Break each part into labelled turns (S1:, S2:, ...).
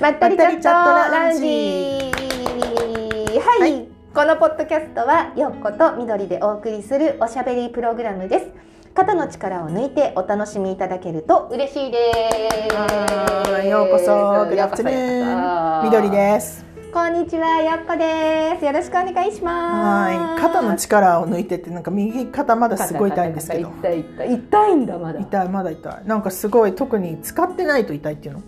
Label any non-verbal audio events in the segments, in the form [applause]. S1: まったりチャットラウンジ
S2: ま
S1: はい、
S2: はい
S1: このポッドキャストはよっことみどりでお送りするおしゃべりプログラムです肩の力を抜いてお楽しみいただけると嬉しいです
S2: はいようこそ、Good
S1: ようこそ
S2: afternoon みどりです。
S1: こんにちはよっこですよろしくお願いしま
S2: は
S1: す
S2: い、肩の力を抜いてって、なんか右肩まだすごい痛いんですけど。
S1: 肩肩肩痛い痛い痛いんだまだ
S2: 痛い、まだ痛い、なんかすごい、特に使ってないと痛いっていうの。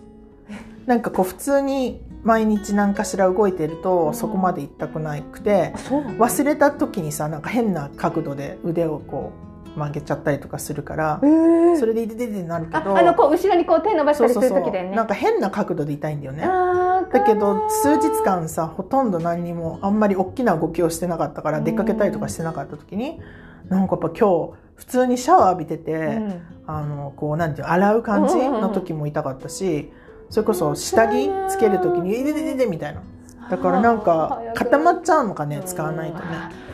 S2: なんかこう普通に毎日何かしら動いてると、そこまで痛くなくて
S1: あ。そうなの
S2: 忘れた時にさ、なんか変な角度で腕をこう曲げちゃったりとかするから
S1: え。ー
S2: それで痛ててなるけ
S1: あ
S2: ど。
S1: あのこう後ろにこう手伸ばした
S2: そう
S1: りす
S2: そう
S1: る
S2: そ
S1: 時だよ
S2: う、
S1: ね
S2: なんか変な角度で痛いんだよね。
S1: あー
S2: だけど
S1: かわいい
S2: 数日間さほとんど何にもあんまり大きな動きをしてなかったから
S1: うん
S2: 出かけたりとかしてなかった時になんかやっぱ今日普通にシャワー浴びてて、
S1: うん
S2: あのこうなんていうの洗う感じ
S1: うんうんうん
S2: の時も痛かったしそれこそ下着つける時に「いでででで」みたいなだからなんか固まっちゃうのかね使わないとね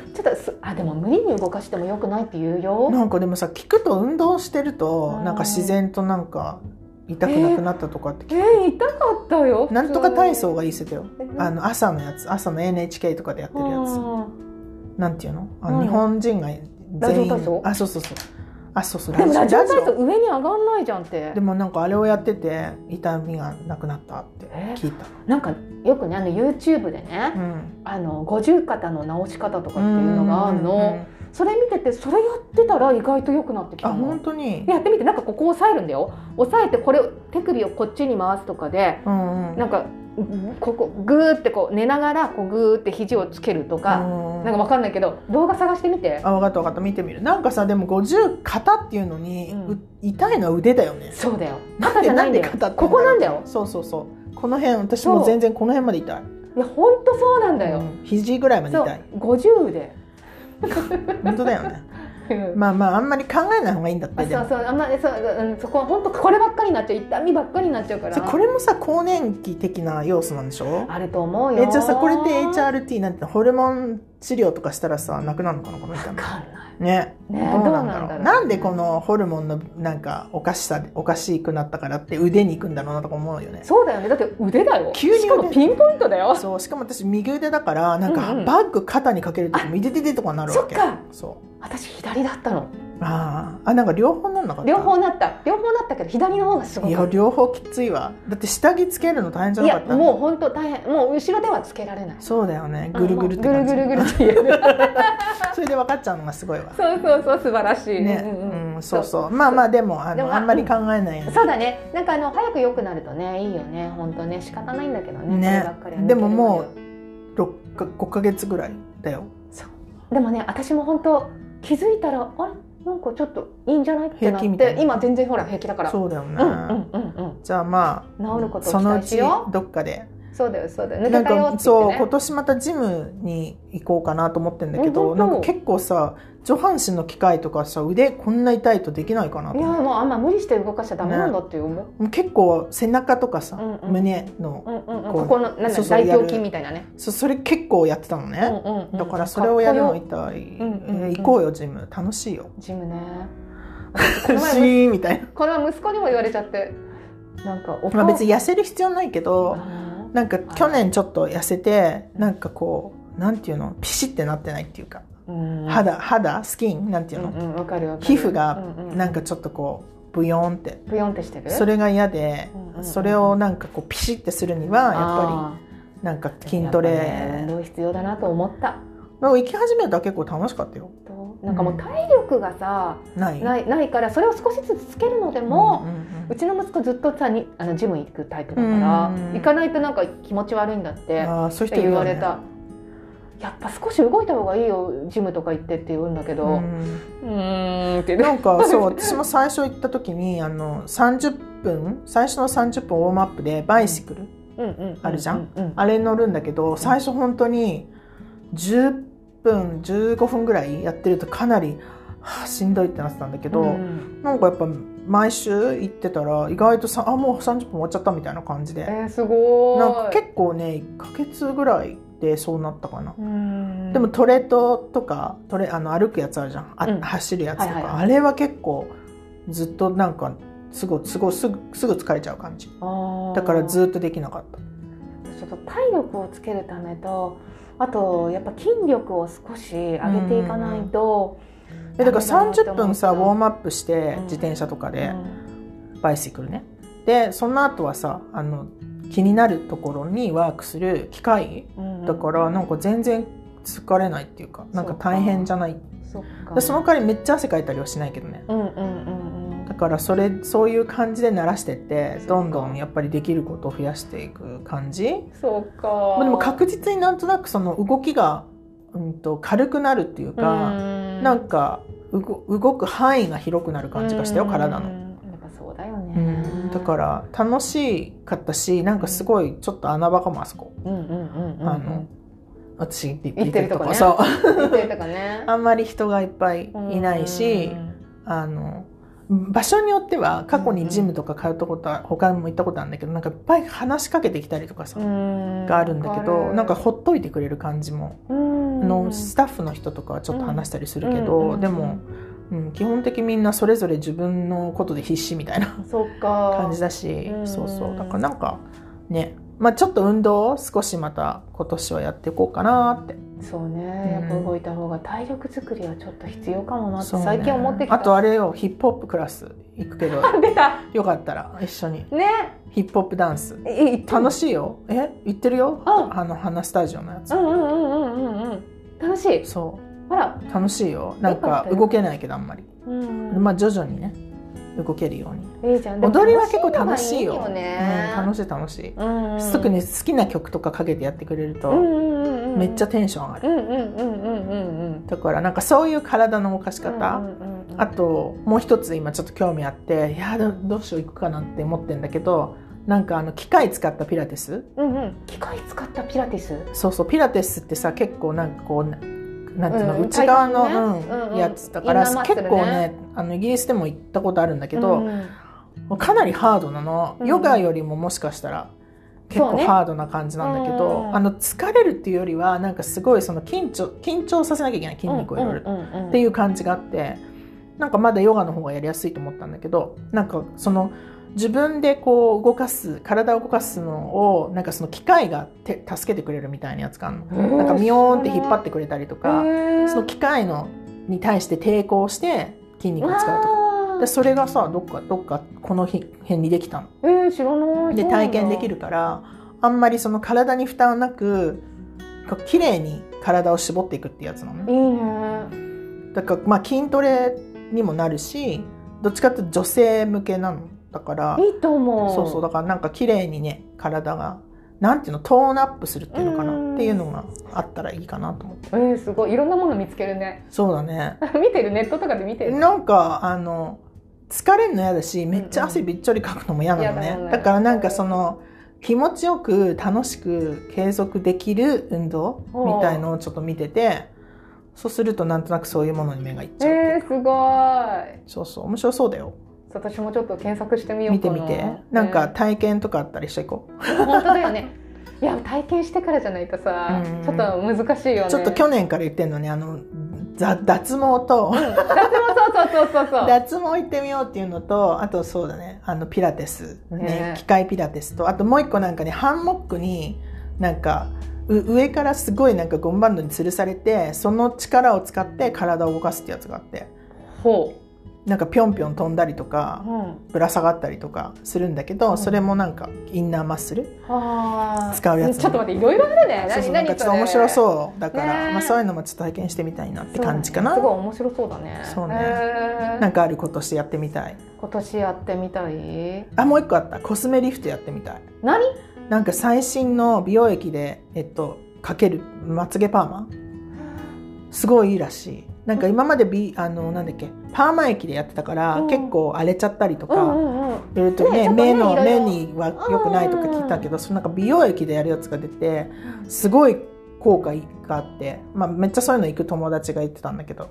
S1: うんちょっとすあでも無理に動かしてもよくないって言うよ
S2: なんかでもさ聞くと運動してると
S1: うん
S2: なんか自然となんか痛くなくなったとかって聞
S1: え
S2: く、
S1: ー、痛かったよ
S2: なんとか体操が
S1: い
S2: いいせてよあの朝のやつ朝の NHK とかでやってるやつなんていうのあの、
S1: うん
S2: 日本人が全員
S1: ラジオ体操
S2: あそうそうそうあそうそう
S1: でもラジオ体
S2: ラ
S1: 操上に上がんないじゃんって
S2: でもなんかあれをやってて痛みがなくなったって
S1: え
S2: 聞いた、
S1: なんかよくねあの YouTube でね、
S2: うん、
S1: あの五十肩の直し方とかっていうのがあるの、
S2: うん
S1: それ見ててそれやってたら意外と良くなってきた
S2: あ
S1: の
S2: 本当に
S1: やってみてなんかここ押さえるんだよ押さえてこれを手首をこっちに回すとかで
S2: うんうん
S1: なんかここグーってこう寝ながらこうグーって肘をつけると
S2: う
S1: か、
S2: ん
S1: なんかわかんないけど動画探してみて
S2: あ分かった分かった見てみるなんかさでも50肩っていうのに、
S1: うん
S2: う痛いのは腕だよね
S1: そうだよ
S2: で
S1: 肩じゃないんだよ
S2: [laughs] なんで肩って
S1: ここなんだよ
S2: そうそうそうこの辺私
S1: そ
S2: も
S1: う
S2: 全然この辺まで痛い
S1: いや本当そうなんだよ、
S2: うん肘ぐらいまで
S1: そ
S2: 痛いう
S1: 50で、
S2: 本当だよね
S1: うん
S2: まあまああんまり考えない方がいいんだって
S1: あ
S2: でも
S1: そうそうあんまりそう、うん、そこは本当こればっかりになっちゃう痛みばっかりになっちゃうから
S2: じゃあこれもさ更年期的な要素なんでしょ
S1: あると思うよ
S2: えじゃあさこれって HRT なんてホルモン治療とかしたらさなくなるのかなこの痛
S1: わ [laughs]
S2: み
S1: かんない
S2: ね
S1: ね
S2: ど
S1: え
S2: うなんだろ
S1: どうなん
S2: う
S1: だろう
S2: なんでこのホルモンのなんかおかしさでおかしくなったからって腕に行くんだろうなとか思うよね
S1: そうだよねだって腕だよ
S2: 急に腕
S1: しかもピンポイントだよ
S2: そうしかも私右腕だからなんか
S1: うんうん
S2: バッグ肩にかける時もいでででとかなる
S1: そ
S2: わ
S1: っ
S2: け
S1: か
S2: そう
S1: 私左だったの
S2: あーあなんか両方なんなかった
S1: 両方なった両方なったけど左の方がすご
S2: い
S1: い
S2: や両方きついわだって下着つけるの大変じゃ
S1: い
S2: なか
S1: や
S2: った
S1: もう本当大変もう後ろではつけられない
S2: そうだよねぐるぐるって
S1: うんもう
S2: 感じ
S1: ぐるぐるぐるっていう
S2: [laughs] それで分かっちゃうのがすごいわ
S1: そうそうそう素晴らしい
S2: ね、
S1: うんうんうん
S2: うん、そうそう、まあまあ、でも、あ
S1: で
S2: の、
S1: も
S2: あんまり考えないように。
S1: そうだねなんかあの早く良くなるとねいいよね本当ね仕方ないんだけどね
S2: ね
S1: こればっかりは
S2: でももう六か、五ヶ月ぐらいだよ。
S1: でもね私も本当気づいたらあれなんかちょっといいんじゃないってなっ
S2: 平気みたい
S1: て
S2: な
S1: 今全然ほら平気だから
S2: そうだよね。
S1: うんうんうんうん
S2: じゃあ、まあ、
S1: 治ることを
S2: そ
S1: 期
S2: のう
S1: 待し
S2: ち、
S1: よ
S2: どっかで。
S1: そうだよそうだよ抜
S2: なん
S1: けたよって言って、
S2: か、
S1: ね、
S2: そう、今年またジムに行こうかなと思ってんだけど、
S1: うん本
S2: な
S1: 当
S2: んか結構さ。上半身の機械とかさ、腕こんな痛いとできないかないと
S1: や
S2: 思って。
S1: もうあんま無理して動かしちゃダメなんだっていう思う、
S2: もう結構背中とかさ、
S1: うんうん
S2: 胸の
S1: う、んうんうん、
S2: こう
S1: ここのなんだ
S2: そうそう
S1: 大
S2: やる
S1: 胸筋みたいなね、
S2: そ、それ結構やってたの
S1: う
S2: ね。
S1: んうんうん、
S2: だから、それをやるの
S1: かっこよ
S2: 痛い。
S1: うんうんうん
S2: えー行こうよ、ジム、楽しいよ。
S1: ジムねこ
S2: 楽
S1: の
S2: し
S1: 前
S2: いみたいな。
S1: この前息子にも言われちゃってなんかお
S2: まあ、別
S1: に
S2: に痩せる必要ないけどなんか去年ちょっと痩せてなんかこうなんていうのピシってなってないっていうか肌肌スキンなんていうの、
S1: うんうん、わかるわかる
S2: 皮膚が
S1: うんうん
S2: なんかちょっとこうブヨーンって
S1: ブヨンってしてる
S2: それが嫌で
S1: うんうんうん
S2: それをなんかこうピシってするにはやっ
S1: あー
S2: ぱりなんか筋トレ
S1: やっぱね運動必要だなと思った
S2: まあ行き始めたら結構楽しかったよ
S1: となんかもう体力がさ、
S2: ない
S1: ないないからそれを少しずつつけるのでも、
S2: うんうん
S1: うちの息子ずっとさにあのジム行くタイプだから、
S2: うん
S1: 行かないとなんか気持ち悪いんだって
S2: うん
S1: っ
S2: あーそういう
S1: て
S2: 人いる
S1: 言
S2: よ
S1: わ
S2: ね
S1: れた、やっぱ少し動いた方がいいよジムとか行ってって言うんだけ
S2: う
S1: ど
S2: ん
S1: うーんって
S2: なんかそう私も最初行った時にあの30分最初の30分ウォームアップでバイシクル
S1: うんうん
S2: あるじゃん
S1: うんうん
S2: あれ乗るんだけど最初本当に10分15分ぐらいやってるとかなり、はあしんどいってなってたんだけど、
S1: うん
S2: なんかやっぱ毎週行ってたら意外とさあもう30分終わっちゃったみたいな感じ
S1: え
S2: で、
S1: ー、すごーい
S2: なんか結構ね1ヶ月ぐらいでそうなったかな、
S1: うん
S2: でもトレートとかトレあの歩くやつあるじゃんあ、
S1: うん
S2: 走るやつと
S1: は
S2: か、
S1: いはいはい
S2: あれは結構ずっとなんかすぐすぐすぐすぐ疲れちゃう感じ
S1: あー
S2: だからずっとできなかった
S1: ちょっと体力をつけるためとあとやっぱ筋力を少し上げていかないと、
S2: えだから30分さウォー
S1: ム
S2: ムアップして
S1: うん
S2: 自転車とかで、バイシクルねでその後はさあの気になるところにワークする機械だからなんか全然疲れないっていうかなんか大変じゃない
S1: そっ
S2: で
S1: か
S2: その代わりめっちゃ汗かいたりはしないけどね
S1: うんうんうんうん
S2: だからそれそういう感じで慣らしてって
S1: そうか
S2: どんどんやっぱりできることを増やしていく感じ
S1: そうか
S2: まあでも確実になんとなくその動きが、うん、と軽くなるっていうか、
S1: な
S2: なんかうご動く範囲が広くなる感じがしたよ体の。
S1: やっぱそうだよ
S2: う
S1: ね
S2: ん、だから楽しかったしなんかすごいちょっと穴場かもあそこ、
S1: うんうんうんうん [laughs]
S2: あの私行
S1: 行ってるとこね
S2: そう
S1: 言ってるとかね
S2: あんまり人がいっぱいいないし、
S1: うん
S2: あの場所によっては過去にジムとか通ったことは他にも行ったことあるんだけどなんかいっぱい話しかけてきたりとかさ、
S1: うん
S2: があるんだけどなんか
S1: わ
S2: ほっといてくれる感じも、
S1: るうん
S2: あのスタッフの人とかはちょっと話したりするけど、
S1: うん
S2: でも、うん、基本的にみんなそれぞれ自分のことで必死みたいな
S1: そっか
S2: 感じだし、
S1: うん
S2: そうそうだからなんかねまあちょっと運動を少しまた今年はやっていこうかなって
S1: そうねやっぱ動いた方が体力作りはちょっと必要かもなって
S2: そうね
S1: 最近思ってきた
S2: あとあれよヒップホップクラス行くけど
S1: [laughs] 出た
S2: よかったら一緒に
S1: ね
S2: ヒップホップダンス
S1: え
S2: 楽しいよえ行ってるよ
S1: あ
S2: あの花スタジオのやつ
S1: うんうんうんうんうんうん楽しい
S2: そ
S1: ほら
S2: う楽しいよなん
S1: よかっ
S2: か
S1: たよ
S2: 動けないけどあんまり
S1: うんうん
S2: まあ徐々にね動けるように
S1: いいじゃんでも
S2: 踊りは結構楽しいよ
S1: 楽しいのがいいよね
S2: うん楽しい楽しい
S1: うんうん
S2: 特に好きな曲とかかけてやってくれる
S1: うん
S2: と
S1: うんうんうん
S2: めっちゃテンション上がる
S1: うんうんうんうんうんうん
S2: だからなんかそういう体の動かし方、
S1: うんうんうん
S2: あともう一つ今ちょっと興味あっていやどどうしよう行くかなって思ってんだけどなんかあの機械使ったピラティス
S1: うんうん機械使ったピラティス
S2: そうそうピラティスってさ結構なんかこうななんていうの、
S1: うん
S2: 内側の、
S1: 体幹ね
S2: うん
S1: うんうん
S2: やつだから、
S1: インナーマッスル
S2: 結
S1: ね
S2: 構ねあのイギリスでも行ったことあるんだけ
S1: う
S2: ど、
S1: んうん
S2: かなりハードなの、
S1: うん
S2: ヨガよりももしかしたら結
S1: そう
S2: 構
S1: ね
S2: ハードな感じなんだけど、
S1: うん
S2: あの疲れるっていうよりはなんかすごいその緊張緊張させなきゃいけない筋肉をいろいろ
S1: うんうんうん
S2: っていう感じがあってなんかまだヨガの方がやりやすいと思ったんだけどなんかその自分でこう動かす体を動かすのをなんかその機械がて助けてくれるみたいなやつがあるの、
S1: うん
S2: なんかミヨーンって引っ張ってくれたりとか、
S1: へー
S2: その機械のに対して抵抗して筋肉を使うとか。
S1: あー
S2: でそれがさどっかどっかこの日辺にできたの。
S1: えー知らない
S2: で
S1: そうなんだ
S2: 体験できるからあんまりその体に負担なくこう綺麗に体を絞っていくってやつなのね。
S1: いいね
S2: だからまあ筋トレにもなるしどっちかっていうと女性向けなのだから
S1: いいと思う
S2: そうそうだからなんか綺麗にね体がなんていうのトーンアップするっていうのか
S1: うん
S2: なっていうのがあったらいいかなと思って
S1: えー、すごいいろんなもの見つけるね [laughs]
S2: そうだね
S1: 見てるネットとかで見てる
S2: なんかあの疲れるの嫌だしめっちゃ汗びっちょりかくのも嫌なの
S1: 嫌
S2: ね
S1: だよね
S2: だからなんかその気持ちよく楽しく継続できる運動みたいのをちょっと見ててそうするとなんとなくそういうものに目がいっちゃうっていう
S1: えー、
S2: か
S1: すごい
S2: そうそう面白そうだよ
S1: 私もちょっと検索してみよう
S2: 見
S1: か
S2: て
S1: な
S2: みてなんか体験とかあったりしていこう、
S1: ね本当だよね [laughs] いや体験してからじゃないとさ、
S2: うん
S1: ちょっと難しいよね
S2: ちょっと去年から言ってんのにあのざ脱毛
S1: そうそ
S2: と
S1: うそうそうそうそう
S2: [laughs] 脱毛行ってみようっていうのとあとそうだねあのピラティス、ね
S1: ね
S2: 機械ピラティスとあともう一個なんかねハンモックになんかう上からすごいなんかゴムバンドに吊るされてその力を使って体を動かすってやつがあって
S1: ほ
S2: なんかぴょんぴょん飛んだりと
S1: う、
S2: か
S1: うん、
S2: ぶら下がったりとかするんだけど、
S1: うん
S2: それもなんかインナーマッスル
S1: はー
S2: 使うやつ
S1: ちょっと待っていろいろあるね
S2: そうそ
S1: 何
S2: うなん
S1: 何
S2: かちょっと面白そうだから、
S1: ねえ
S2: まあ、そういうのもちょっと体験してみたいなっ
S1: う
S2: て感じかな、
S1: そうだねすごい面白そうだね
S2: そうね
S1: へー
S2: なんかあることしてやってみたい
S1: 今年やってみたい
S2: あもう一個あったコスメリフトやってみたい
S1: 何
S2: なんか最新の美容液でえっとかけるまつげパーマすごいいいらしいなんか今まで美あのなんだっけパーマ液でやってたから、
S1: うん
S2: 結構荒れちゃったりと
S1: う
S2: か、
S1: んうんうん
S2: いろいろ
S1: ねちょ
S2: とね
S1: っとね
S2: 目の
S1: いろい
S2: 目
S1: ろ
S2: には良くないとか聞いたけど、そのなんか美容液でやるやつが出てすごい効果があって、まあ、めっちゃそういうの行く友達が言ってたんだけど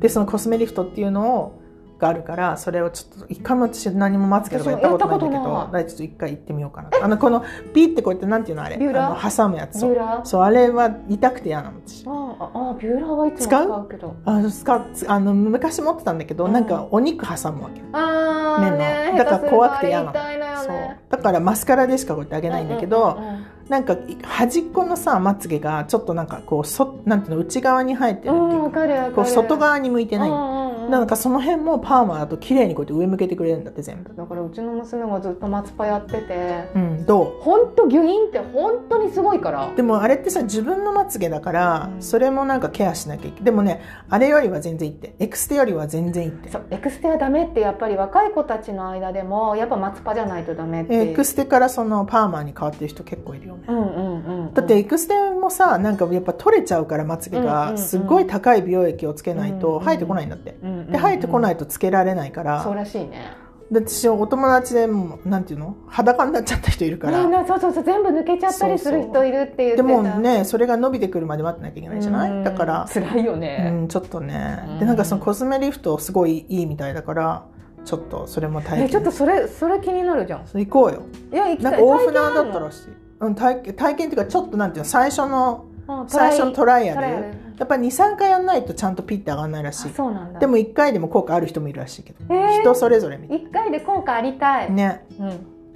S2: でそのコスメリフトっていうのをがあるからそれをちょっと一回も私何も待つけとかやったことないんだけ
S1: 私もやったこと
S2: どだからちょっと一回行ってみようかなあのこのピーってこうやってなんていうのあれ
S1: ビューラー
S2: あの挟むやつ
S1: ビ
S2: そ
S1: ュー
S2: う
S1: ラー
S2: そうあれは痛くて嫌なの私
S1: あーあービューラーはいつも使うけど
S2: あの使つあの昔持ってたんだけど、
S1: うん
S2: なんかお肉挟むわけ
S1: ああ
S2: 目の
S1: ね
S2: だから怖くて嫌なの
S1: 下手するとあれ痛いのよ
S2: そう
S1: ね
S2: だからマスカラでしかこうやってあげないんだけど、
S1: うんうんうん
S2: なんか端っこのさまつげがちょっとなんかこうそなんていうの内側に生えてる
S1: う
S2: ってい
S1: ん、
S2: う
S1: わ
S2: か
S1: かるわかる。
S2: こう外側に向いてない
S1: うんうんうん
S2: なんかその辺もパーマだと綺麗にこうやって上向けてくれるんだって全部
S1: だからうちの娘がずっと松葉やってて
S2: うんど
S1: ほんとギュインって本当にすごいから
S2: うでもあれってさ自分のまつげだから
S1: うん
S2: それもなんかケアしなきゃいけないでもねあれよりは全然いいってエクステよりは全然いいって
S1: そうエクステはダメってやっぱり若い子たちの間でもやっぱ松葉じゃないとダメって
S2: エクステからそのパーマに変わってる人結構いるよね
S1: うんうんうんうん
S2: だってエクステもさなんかやっぱ取れちゃうからまつげ
S1: うんうんうん
S2: がすごい高い美容液をつけない
S1: うんうん
S2: と
S1: うん
S2: 生えてこないんだって
S1: うんうんうん
S2: で生えてこないいとつけられないから
S1: そうらしいね
S2: で私お友達でもうなんていうの裸になっちゃった人いるから、
S1: みんなそうそうそう全部抜けちゃったりする人いるって言って
S2: で
S1: た
S2: もねそれが伸びてくるまで待ってなきゃいけないじゃない、
S1: うん
S2: だから、
S1: 辛いよ
S2: う
S1: ね、
S2: ん、ちょっとね、
S1: うん
S2: でなんかそのコスメリフトすごいいいみたいだからちょっとそれも体
S1: え
S2: 験
S1: ちょっとそれそれ気になるじゃん
S2: それ行こうよ
S1: いや行き
S2: な
S1: た
S2: ん
S1: い
S2: か大船だった
S1: ら
S2: らしい、うん、体験体験っていうかちょっとなんていうの最初の最
S1: 最
S2: 初
S1: 初
S2: の
S1: の
S2: ト
S1: ト
S2: ライ
S1: ライ
S2: アル
S1: アル
S2: やっぱり23回やんないとちゃんとピッて上がらないらし
S1: あ
S2: い
S1: そうなんだ
S2: でも1回でも効果ある人もいるらしいけど、
S1: えー
S2: 人それぞれみたい
S1: 一回で効果ありたい、
S2: なね
S1: う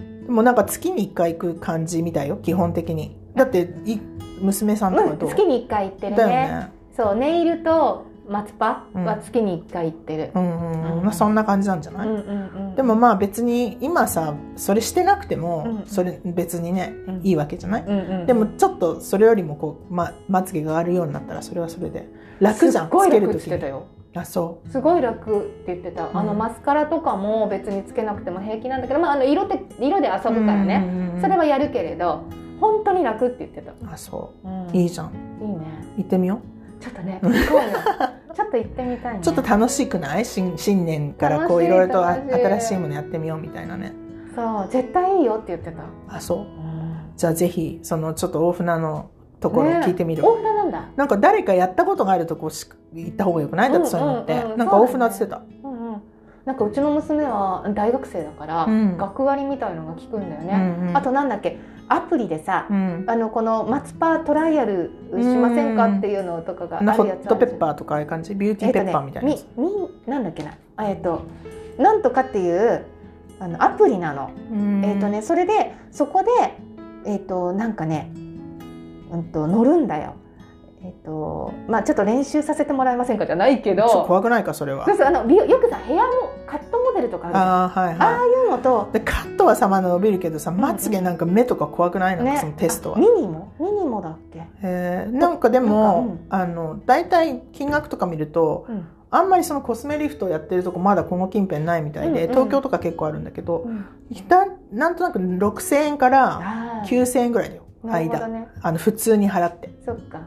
S1: ん
S2: でもなんか月に1回行く感じみたいよ基本的にだってい娘さんと
S1: う
S2: か
S1: ん、
S2: どう、
S1: 月に一回行ってる
S2: だよ
S1: ね
S2: ね
S1: そうネイルと松葉
S2: うん
S1: は月に1回行ってる
S2: う、んうん、うん
S1: うん
S2: まあ、そんな感じなんじゃない、
S1: うんうんうん
S2: でもまあ別に今さそれしてなくて
S1: う
S2: も
S1: ん
S2: それ別にね、
S1: うん
S2: いいわけじゃない、
S1: うんうんうん
S2: でもちょっとそれよりもこうままつげが上がるようになったらそれはそれで楽じゃん
S1: すっごい
S2: つける
S1: 楽って
S2: 時
S1: 言ってた
S2: に
S1: よ
S2: あそ
S1: すごい楽って言ってた、あの
S2: うん
S1: マスカラとかも別につけなくても平気なんだけど、まあ、あの色って色で遊
S2: う
S1: ぶから
S2: うん
S1: ね、
S2: うんうん
S1: それはやるけれど本当に楽って言ってた、
S2: あそう
S1: うん
S2: いい
S1: い
S2: じゃん
S1: いね
S2: 行ってみよ
S1: ちょっとね行こうよ [laughs] ちょっと行ってみたいうね
S2: ちょっと楽しくない新新年からこ
S1: 楽
S2: う
S1: し
S2: い
S1: い
S2: ろいろとあ
S1: 楽しい
S2: 新しいものやってみようみたいなね
S1: そう絶対いいよって言ってた、
S2: あそう
S1: うん、
S2: じゃあぜひそのちょっと大船のところを
S1: ね
S2: 聞いてみる、
S1: 大船なんだ、
S2: なんか誰かやったことがあるとこし行った方がよくないだってそういうのって、
S1: うんうんうん
S2: なんか大船って言ってた、
S1: うんうん、なんかうちの娘は大学生だから、
S2: うん
S1: 学割みたいのが効くんだよね、
S2: うんうん
S3: あとなんだっけアプリでさ、
S2: うん、
S3: あのこのマツパトライアルしません
S2: うん
S3: かっていうのとかがあ
S2: なんか
S3: る
S2: ホ
S3: やつ
S2: ッ
S3: あ
S2: トペ
S3: るじゃ
S2: ッ
S3: ん
S2: パーとかああいう感じビューティーペッパーみたいなやつ、
S3: えっとね、みみなんだっけなあえっとなんとかっていうあのアプリなの、
S2: うん
S3: えっとねそれでそこでえっとなんかねうんと乗るんだよえっとまあちょっと練習させてもらえませんかじゃないけ
S2: ちょ
S3: ど
S2: っと
S3: そう
S2: 怖くないかそれは
S3: そうあの美容よくさヘアもカットモデルとかあるじゃんあ
S2: ああはい
S3: あ
S2: は
S3: いうのと
S2: いでカットはさまだ伸びるけどさ
S3: ん
S2: まつげなんか目とか怖くないなんかそのテストは、
S3: あミニもミニもだっけ
S2: えーなんかでも
S3: なん
S2: あの大体金額とか見ると
S3: うん
S2: あんまりそのコスメリフトやってるとこまだこの近辺ないみたい
S3: う
S2: で、
S3: んうん
S2: 東京とか結構あるんだけど
S3: うん
S2: いたなんとなく6000円から
S3: あー
S2: 9000円ぐらいだよ
S1: なるほ
S2: 間、
S1: どね
S2: あの普通に払って
S1: そっか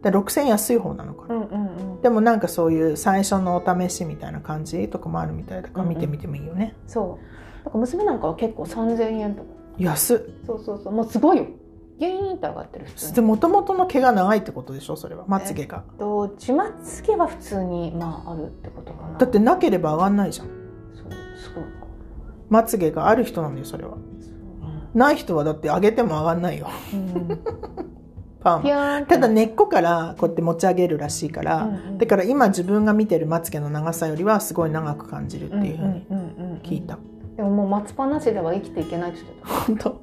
S2: で6000円安い方なのかな、
S1: うんうんうん
S2: でもなんかそういう最初のお試しみたいな感じとかもあるみたいだから
S1: うんうん
S2: 見てみてもいいよね、
S1: そうなんか娘なんかは結構3000円とか
S2: 安っ
S1: そうそうそうもうすごいよギュイーンって上がってる普通
S2: で
S1: に
S2: もともとの毛が長いってことでしょそれはまつげが
S1: とちまつげは普通にまああるってことかな
S2: だってなければ上がんないじゃん
S1: そうすごい
S2: まつげがある人なんだよそれは
S1: そう
S2: ない人はだって上げても上がんないよ [laughs]
S1: うん
S2: パー
S1: ピ
S2: マ
S1: ューンって
S2: [laughs] ただ根っこからこうやって持ち上げるらしいから、
S1: うんうん
S2: だから今自分が見てるまつげの長さよりはすごい長く感じるっていうふうに
S1: んうんうんうん
S2: 聞いた、
S1: でももう松葉なしでは生きていけないって言ってた
S2: 本当
S1: うん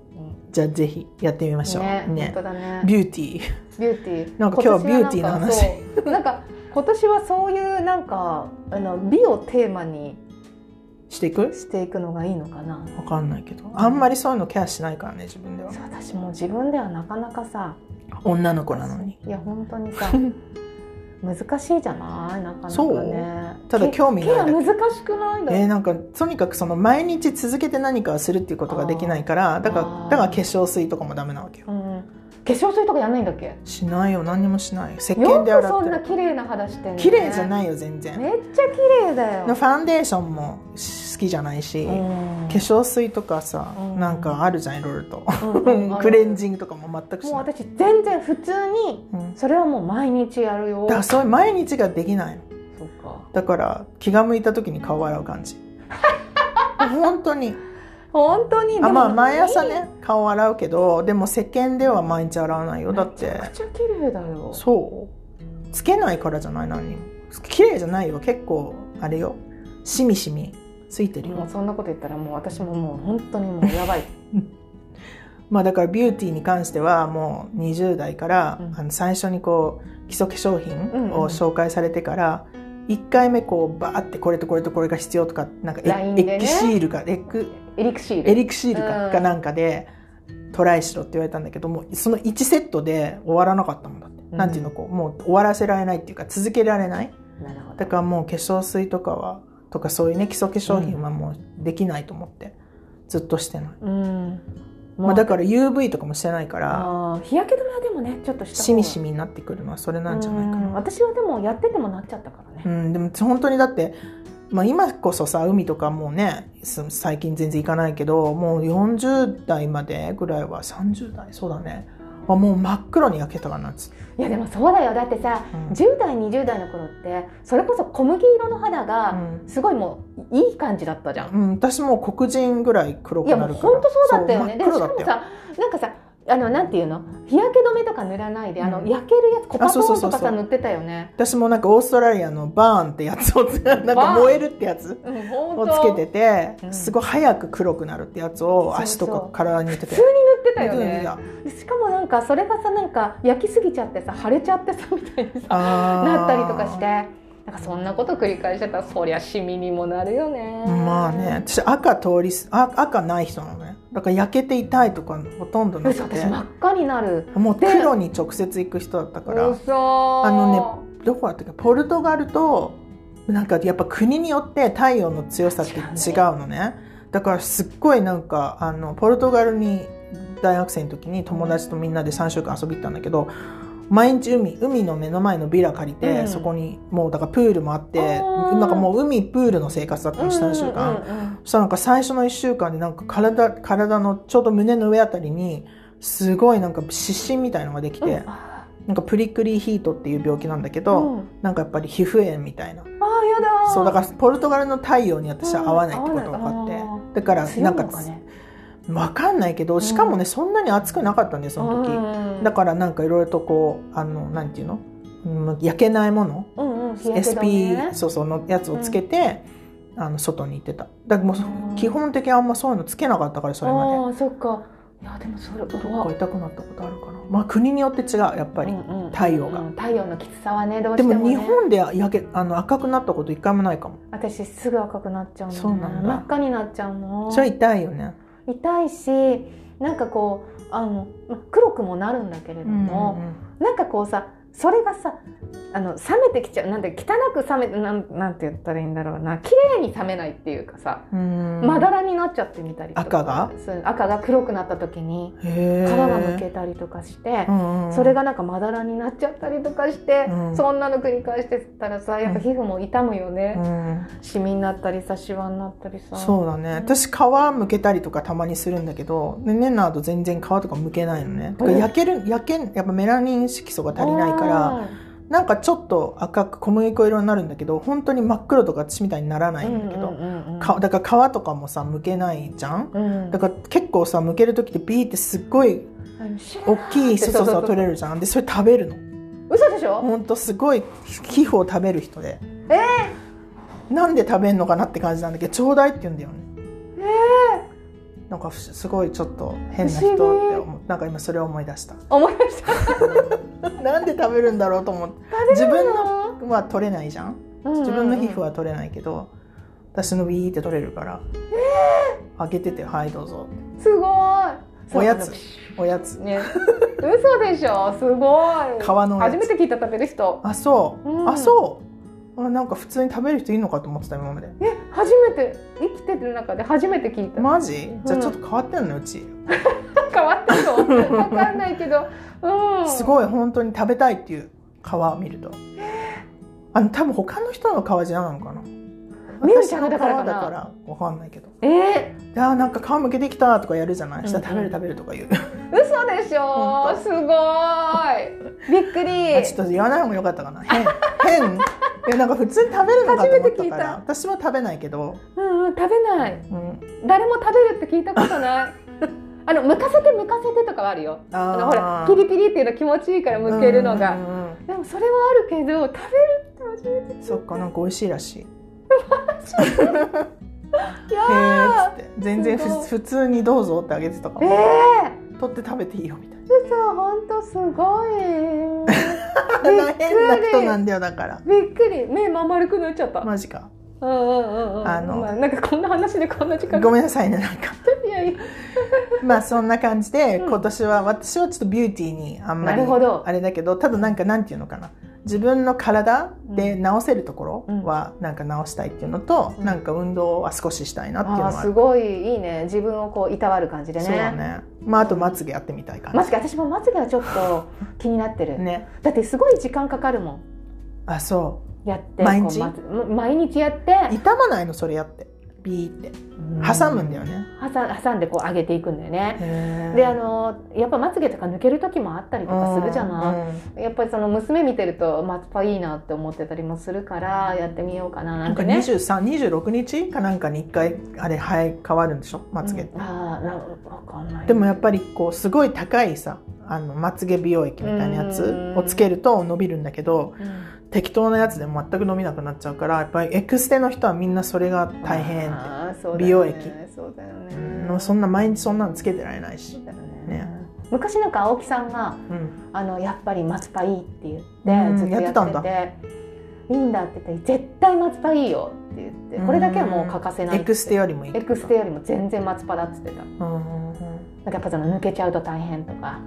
S2: じゃあぜひやってみましょう
S1: ね本
S2: ね
S1: 当だね
S2: ビューティー
S1: ビューティー
S2: なんか今日はビューティーの話
S1: 今年はなんかそうなんか今年はそういうなんかあの美をテーマに
S2: していく
S1: していくのがいいのかな
S2: わかんないけどあんまりそういうのケアしないからね自分では
S1: そう私もう自分ではなかなかさ
S2: 女の子なのに
S1: いや本当に
S2: [laughs]
S1: さ難しいじゃないなかなかね
S2: そうただ
S1: け
S2: 興味ないだけ
S1: ケア難しくないだ
S2: えーなんかとにかくその毎日続けて何かをするっていうことができないからだか
S1: あ
S2: ら
S1: ー
S2: だから化粧水とかもダメなわけよ
S1: うん、化粧水とかやんないんだっけ
S2: しないよ何にもしない石
S1: よ
S2: 鹸で
S1: く
S2: 洗っ
S1: そ
S2: て
S1: んな
S2: る
S1: 綺麗な肌してんの、ね、
S2: 綺麗じゃないいよ全然
S1: めっちゃ綺麗だよ
S2: ファンデーションも好きじゃないし、化
S1: 化
S2: 粧水とかさ、
S1: うん
S2: なんかあるじゃんいろいろと
S1: 粧
S2: [laughs] クレン
S1: ン
S2: ジングとかも全くし
S1: もう
S2: ない、
S1: 私全然普通に
S2: うん、
S1: それはもう毎日やるよ
S2: だからそういう毎日ができないの
S1: そうか
S2: だから気が向いた時に顔を洗う [laughs] 感じ本当に
S1: 本当に
S2: あまあ毎朝
S1: め
S2: ね顔を洗うけどでも世間では毎日洗わないよだっ
S1: ち
S2: て
S1: ゃくちゃ綺麗だよ
S2: そうつけないからじゃない何にも綺麗じゃないよ結構あれよしみしみついてる
S1: も
S2: よ
S1: うそんなこと言ったらもう私ももう本当にもうやばい
S2: まあだからビューティーに関してはもう20代から、
S3: うん
S2: あの最初にこう基礎化粧
S3: うん
S2: 品
S3: うん
S2: を紹介されてから、1回目こうバーってこれとこれとこれが必要とかなんかエ,、
S1: ラインでね
S2: エキシールかエク
S1: エリクシール
S2: [laughs] エリクシールか,、
S1: うん
S2: かなんかでトライしろって言われたんだけどもうその1セットで終わらなかったもんだって、
S3: うん
S2: なんていうのこうもう終わらせられないっていうか続けられない
S3: なるほど
S2: だからもう化粧水とかはとかそういうね基礎化粧品はもうできないと思って、ずっとしてない、
S1: うん
S2: まあ、だから UV とかもしてないから
S1: あー日焼け止めはでもねちょっとした
S2: しみし
S1: み
S2: みになってくるのはそれなんじゃないかな
S1: 私はでもやっててもなっちゃったからね
S2: うん、でも本当にだって、まあ、今こそさ海とかもうねす最近全然行かないけどもう40代までぐらいは30代そうだねあもう真っ黒に焼けたかなっつって、
S1: いやでもそうだよだってさ
S2: うん
S1: 10代20代の頃ってそれこそ小麦色の肌がすごいもういい感じだったじゃん、
S2: うんうん私もう黒人ぐらい黒く
S1: いや
S2: な
S1: もう
S2: るから
S1: 本当そうだったよね
S2: そ
S1: で
S2: う
S1: し
S2: 真っ
S1: かも
S2: 黒だったよ
S1: さなんかさあのなんていうの日焼け止めとか塗らないであの、
S2: うん
S1: 焼けるやつコパ
S2: あ
S1: ト
S2: そうそ
S1: ー
S2: う
S1: ン
S2: そ
S1: と
S2: うそ
S1: か
S2: う
S1: さ塗ってたよね
S2: 私もなんかオーストラリアのバーンって
S1: [laughs]
S2: やつをなんか燃えるってやつ
S1: うん本
S2: を
S1: 当
S2: つけてて、
S1: うん
S2: すごい早く黒くなるってやつを足と
S1: そうそ
S2: か
S1: う
S2: 体に塗って
S1: 普
S2: て
S1: 通に塗ってたよ
S2: 塗って
S1: ね
S2: た
S1: しかもなんかそれがさなんか焼きすぎちゃってさ腫れちゃってさみたいにさ
S2: あー
S1: なったりとかしてなんかそんなこと繰り返してたらそりゃシミにもなるよね
S2: まあね私赤通りすあ赤ない人なのねだから焼けて痛いとかほとんどな
S1: 嘘
S2: く
S1: 私
S2: て
S1: 真っ赤になる
S2: もう黒に直接行く人だったから
S1: 嘘あ
S2: のどこだったっけポルトガルとなんかやっぱ国によって太陽の強さって違うのねだからすっごいなんかあのポルトガルに大学生の時に友達とみんなで3週間遊び行ったんだけど毎日海海の目の前のビラ借りて、
S1: うん
S2: そこにもうだからプールもあって
S1: あー
S2: なんかもう海プールの生活だったの3週間、そしたらなんか最初の1週間でなんか体体のちょうど胸の上あたりにすごいなんか湿疹みたいのができて、
S1: うんあ
S2: なんかプリクリヒートっていう病気なんだけ
S1: ー
S2: ど、
S1: うん
S2: なんかやっぱり皮膚炎みたいな
S1: あーやだー
S2: そうだからポルトガルの太陽に私は合わないってことが分かって、
S1: うん合わない
S2: だから
S1: 強
S2: ないんか
S1: のかね
S2: 分かんないけどしかもね、そんなに暑くなかったんでその時、
S1: うん
S2: だからなんかいろいろとこうあのなんていうのうん焼けないもの、
S1: うんうん日焼け止め
S2: SP そうそうのやつをつけて、あの外に行ってただからも
S1: うん
S2: う基本的にあんまそういうのつけなかったからそれまで
S1: ああそっかいやでもそれう
S2: なん
S1: わ
S2: か痛くなったことあるかなまあ国によって違うやっぱり、
S1: うんうん
S2: 太陽が
S1: うん太陽のきつさはねどう
S2: で
S1: しても、ね、
S2: も日本で焼けあの赤くなったこと一回もないかも
S1: 私すぐ赤くなっちゃうの、ね、
S2: そうなんだ
S1: 真っ赤になっちゃうの
S2: それは痛いよね
S1: 痛いしなんかこうあのま黒くもなるんだけれども、
S2: うんうんうん
S1: なんかこうさそれがさあの冷めてきちゃうなんて汚く冷めてなんなんて言ったらいいんだろうな綺麗に冷めないっていうかさ、
S2: うん
S1: まだらになっちゃってみたりとか
S2: 赤が
S1: そう赤が黒くなった時に
S2: 皮
S1: 皮
S2: が
S1: がむけたりとかして、
S2: て
S1: それがなんかまだらになっちゃったりとかして、
S2: うん
S1: そんなの繰り返してたらさやっぱ皮膚も痛むよね、
S2: うん
S1: シミになったりさシワになったりさ
S2: そうだね私皮むけたりとかたまにするんだけどねねなど全然皮とかむけないのねだから焼ける焼けんやっぱメラニン色素が足りないからなんかちょっと赤く小麦粉色になるんだけど本当に真っ黒とか私みたいになら
S1: あ
S2: な
S1: ー
S2: いんだけど、
S1: うんうんうんうん
S2: かだから皮とかもさむけないじゃん
S1: うん
S2: だから結構さむける時ってビーってすっごい
S1: あのシュ
S2: 大
S1: ー
S2: きい
S1: [laughs] そ
S2: 色素
S1: うそう
S2: が
S1: そう
S2: 取れるじゃんでそれ食べるの
S1: 嘘でしょ
S2: ほんとすごい皮膚を食べる人で
S1: え
S2: なんで食べんのかなって感じなんだけどちょうだいって言うんだよねなんかふしすごいちょっと変な人って
S1: 不思議
S2: 思うなんか今それを思い出した
S1: 思い出した
S2: なんで食べるんだろうと思って自分のは取れないじゃん自分の皮膚
S1: は
S2: は取れないけど私のビーって取れるから開けてて「はいどうぞ
S1: すごい
S2: おやつ
S1: そう
S2: おやつ
S1: ね嘘でしょすごい
S2: 皮のおや
S1: 初め
S2: つ
S1: て聞いた食べる人
S2: あそう、
S1: うん
S2: あそうあなんか普通に食べる人いるのかと思ってた今まで
S1: え初めて生きてる中で初めて聞いた、
S2: マジじゃあちょっと変わってんのうち、
S1: 変わってるのわかんないけどうん
S2: す
S1: い
S2: ごい本当に食べたいっていう皮を見るとあの多分他の人の皮じゃないのかな
S1: 見るじゃんだからか
S2: 私の
S1: な
S2: 皮だからわかんないけど
S1: えー、
S2: 「あーなんか皮むけてきた」とかやるじゃないしたら
S1: う
S2: 食
S1: ん
S2: べ
S1: うん
S2: る食べるとか言う、
S1: 嘘でしょ
S2: 本当
S1: すごいびっく
S2: あ
S1: り
S2: ちょっと言わない方がよかったかな変変
S1: [laughs]
S2: いやなんか普通に食べるのかと思った
S1: 初めて聞い
S2: か
S1: た
S2: ら私は食べないけど、
S1: うんうん、食べない
S2: うん、
S1: 誰も食べるって聞いたこと
S2: [laughs]
S1: ないあのむかせてむかせてとかはあるよあ
S2: あ
S1: のほらピリピリっていうの気持ちいいからむけるのが、
S2: うんうんうん
S1: でもそれはあるけど食べるって初めて
S2: そっかなんか美味しいらしい
S1: いや
S2: へえっつって全然
S1: すごい
S2: ふ普通にどうぞってあげてたか
S1: ーえ
S2: も、取って食べていいよみた [laughs] い
S1: 嘘本当すごい
S2: [laughs] な変な人なんだよだから
S1: びっくり目まん丸くなっちゃった、
S2: マジか
S1: うんうんうんうん
S2: あの
S1: まあ、なんかこんな話でこんな時間
S2: [laughs] ごめんなさいねなんか
S1: いやいや
S2: まあそんな感じで、
S1: うん
S2: 今年は私はちょっとビューティーにあんま
S1: な
S2: り
S1: るほど
S2: あれだけどただなんかなんていうのかな自分の体で治せるところはなんか治したいっていうのと、
S1: うん
S2: なんか運動は少ししたいなっていうの
S1: あ
S2: は
S1: ー
S2: あ
S1: す
S2: る
S1: ごいいいね自分をこういたわる感じでね
S2: そうだねまああとまつげやってみたい感
S1: まつげ私もまつげはちょっ
S2: [laughs]
S1: と気になってる、
S2: じね
S1: だってすごい時間かかるもん
S2: あそ
S1: やって
S2: 毎日
S1: こうまつ毎日やって
S2: う傷まないのそれやってビーって挟むんだよね、
S1: 挟挟んでこう上げていくんだよね
S2: へー
S1: であのやっぱまつげとか抜ける時もあったりとかするじゃない、
S2: うん
S1: やっぱりその娘見てるとまつぱいいなって思ってたりもするからやってみようかなな
S2: なん
S1: ん
S2: か
S1: てね
S2: 2326日かなんかに1回あれ生え変わるんでしょまつげって、
S1: うんああなわかんない
S2: でもやっぱりこうすごい高いさあのまつげ美容液みたいなやつをつけると伸びるんだけど
S1: うん
S2: 適当なやつでも全く伸びなくなっちゃうからやっぱりエクステの人はみんなそれが大変って
S1: あーそうだよね
S2: 美容液
S1: そうだよね
S2: うんそんな毎日そんなのつけてられないし、
S1: だよね
S2: ね
S1: 昔なんか青木さんが
S2: うん、
S1: あのやっぱりマツパいいって言って、
S2: うん
S1: ずっとやってて
S2: やってたんだ
S1: いいんだって言って絶対マツパいいよって言ってこれだけはもう欠かせない
S2: エ
S1: って
S2: クステよりもいい
S1: エクステよりも全然マツパだって言ってたなん
S2: うんうんうん
S1: かやっぱその抜けちゃうと大変とか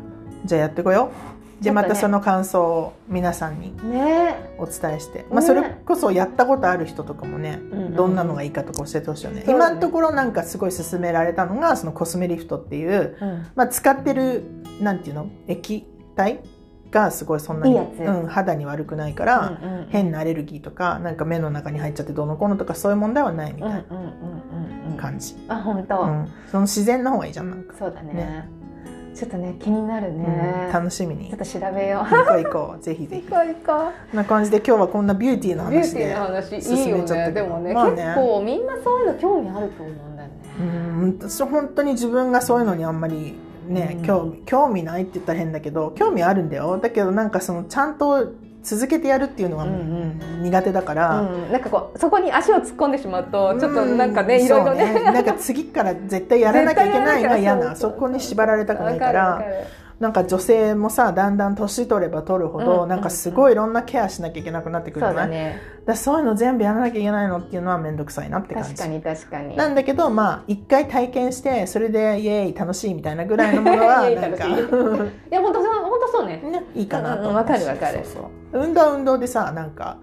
S2: じゃあやってこようじゃあまた
S1: ちょっ
S2: そ
S1: とね
S2: の感想を皆さんに
S1: ね
S2: お伝えして、まあ、それこそやったことある人とかもね、
S1: うん
S2: どんなのがいいかとか教えてほしいよね
S1: そうだね
S2: 今のところなんかすごい勧められたのがそのコスメリフトっていう、
S1: え、
S2: まあ、使ってるなんていうの液体がすごいそんなに
S1: いいやつ
S2: うん、肌に悪くないから、変なアレルギーとかなんか目の中に入っちゃってどうのこうのとかそういう問題はないみ
S1: うんう
S2: た
S1: ん
S2: い
S1: うんうんう
S2: なん感じ、
S1: あ本当、
S2: うんその自然の方がいいじゃんなんか、
S1: そうだね
S2: ね
S1: ちょっとね気になるね、
S2: うん楽しみに
S1: ちょっと調べよう
S2: 行こう行こうぜ [laughs] ひぜ
S1: 行
S2: ひ
S1: こう行こ
S2: こんな感じで今日はこんなビューティーの
S1: うビュ
S2: 話
S1: ーティ
S2: で
S1: ーの話いい
S2: 進
S1: よ
S2: めちゃった
S1: ね
S2: けど
S1: でもね,、
S2: まあね
S1: 結構みんなそういうの興味あると思うんだよね
S2: うん私本当に自分がそういうのにあんまりね、
S1: うん
S2: 興味興味ないって言ったら変だけど興味あるんだよだけどなんかそのちゃんと続けてやるっていうのが
S1: うんうん
S2: 苦手だから、
S1: うん、なんかこうそこに足を突っ込んでしまうとちょっとなんかね、
S2: うん
S1: いろいろね
S2: そうなんか次から絶対やらなきゃいけないの
S1: 絶
S2: は嫌な
S1: 対やらなきゃそうそう
S2: そこに縛られたくないから
S1: わかるわかる
S2: なんか女性もさだんだん年取れば取るほど、
S1: うん
S2: なんかすごいいろんなケアしなきゃいけなくなってくるじ
S1: そ
S2: ゃ
S1: う
S2: ない
S1: だね
S2: だからそういうの全部やらなきゃいけないのっていうのは面倒くさいなって感じ
S1: 確かに確かに
S2: なんだけどまあ一回体験してそれでイエーイ楽しいみたいなぐらいのものは
S1: [laughs] イエーイ
S2: なんか
S1: 楽いや本当そう本当そうね
S2: ねいいかな
S1: うん
S2: と
S1: うん
S2: 思
S1: わ
S2: うし
S1: かるわかる
S2: そうそう運動は運動でさなんか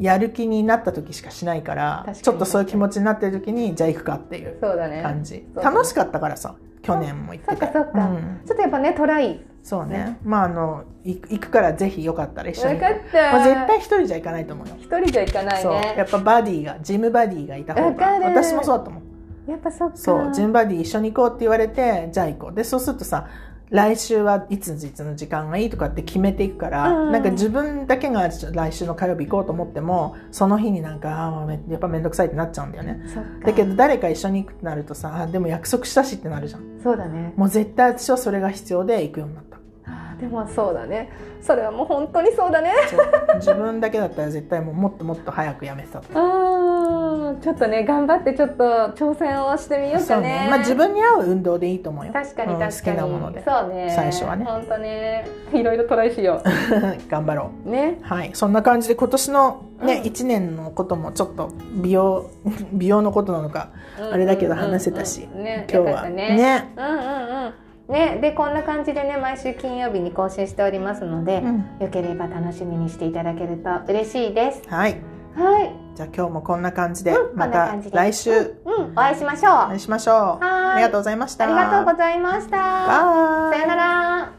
S2: やる気になった時しかしないから
S1: 確かに
S2: ちょっとそういう気持ちになってる時にじゃあ行くかっていう
S1: そうだね
S2: 感じ、
S1: そう
S2: 楽しかったからさ去年も行ってて
S1: そっかそっか
S2: うん
S1: ちょっとやっぱねトライ
S2: そうね
S1: ね
S2: まああのい行くからぜひよかったら一緒
S1: 分
S2: に
S1: かった、
S2: まあ、絶対一人じゃ行かないと思うよ
S1: 一人じゃいかない
S2: そう
S1: ね
S2: やっぱバディがジムバディがいた方
S1: わか
S2: が
S1: る
S2: 私もそうだと思う
S1: やっぱそっか
S2: そう、ジムバディ一緒に行こうって言われて、じゃあ行こう。で、そうするとさ、来週はいついつの時間がいいとかって決めていくから、
S1: うん
S2: なんか自分だけが来週の火曜日行こうと思っても、その日になんか、あーやっぱめんどくさいってなっちゃうんだよね。
S1: そっか
S2: だけど誰か一緒に行くってなるとさ、あーでも約束したしってなるじゃん。
S1: そうだね
S2: もう絶対私はそれが必要で行くようにな
S1: [laughs]
S2: った。
S1: あーでもそうだねそれはもう本当にそうだね
S2: そう自分だけだったら絶対もうもっともっと早くやめてたと。
S1: あーちょっとね頑張ってちょっと挑戦をしてみよう
S2: そ
S1: か
S2: う
S1: ね
S2: ね。まあ自分に合う運動でいいと思うよ。
S1: 確かに
S2: うん
S1: 確かに、
S2: 好きなもので。
S1: そうね
S2: 最初はね
S1: 本当ねいろいろトライしよ
S2: [laughs] [laughs] 頑張ろう。
S1: うね
S2: はい、そんな感じで今年の、ね
S1: うん
S2: 1年のこともちょっと美容 [laughs] 美容のことなのかあれだけど話せたし
S1: うんうんうんね
S2: 今
S1: よ
S2: 日
S1: かっ
S2: は
S1: た
S2: ね
S1: ねうんうんうんね、でこんな感じでね毎週金曜日に更新しておりますので、
S2: うん
S1: よければ楽しみにしていただけると嬉しいです
S2: はい
S1: はい
S2: じゃあ今日もこんな感じで、
S1: うん
S2: ま
S1: こんな
S2: た
S1: 感じで
S2: 来週
S1: うんお会いしましょう
S2: お会いしましょう
S1: はーい
S2: ありがとうございました
S1: ありがとうございました
S2: バイ
S1: さよなら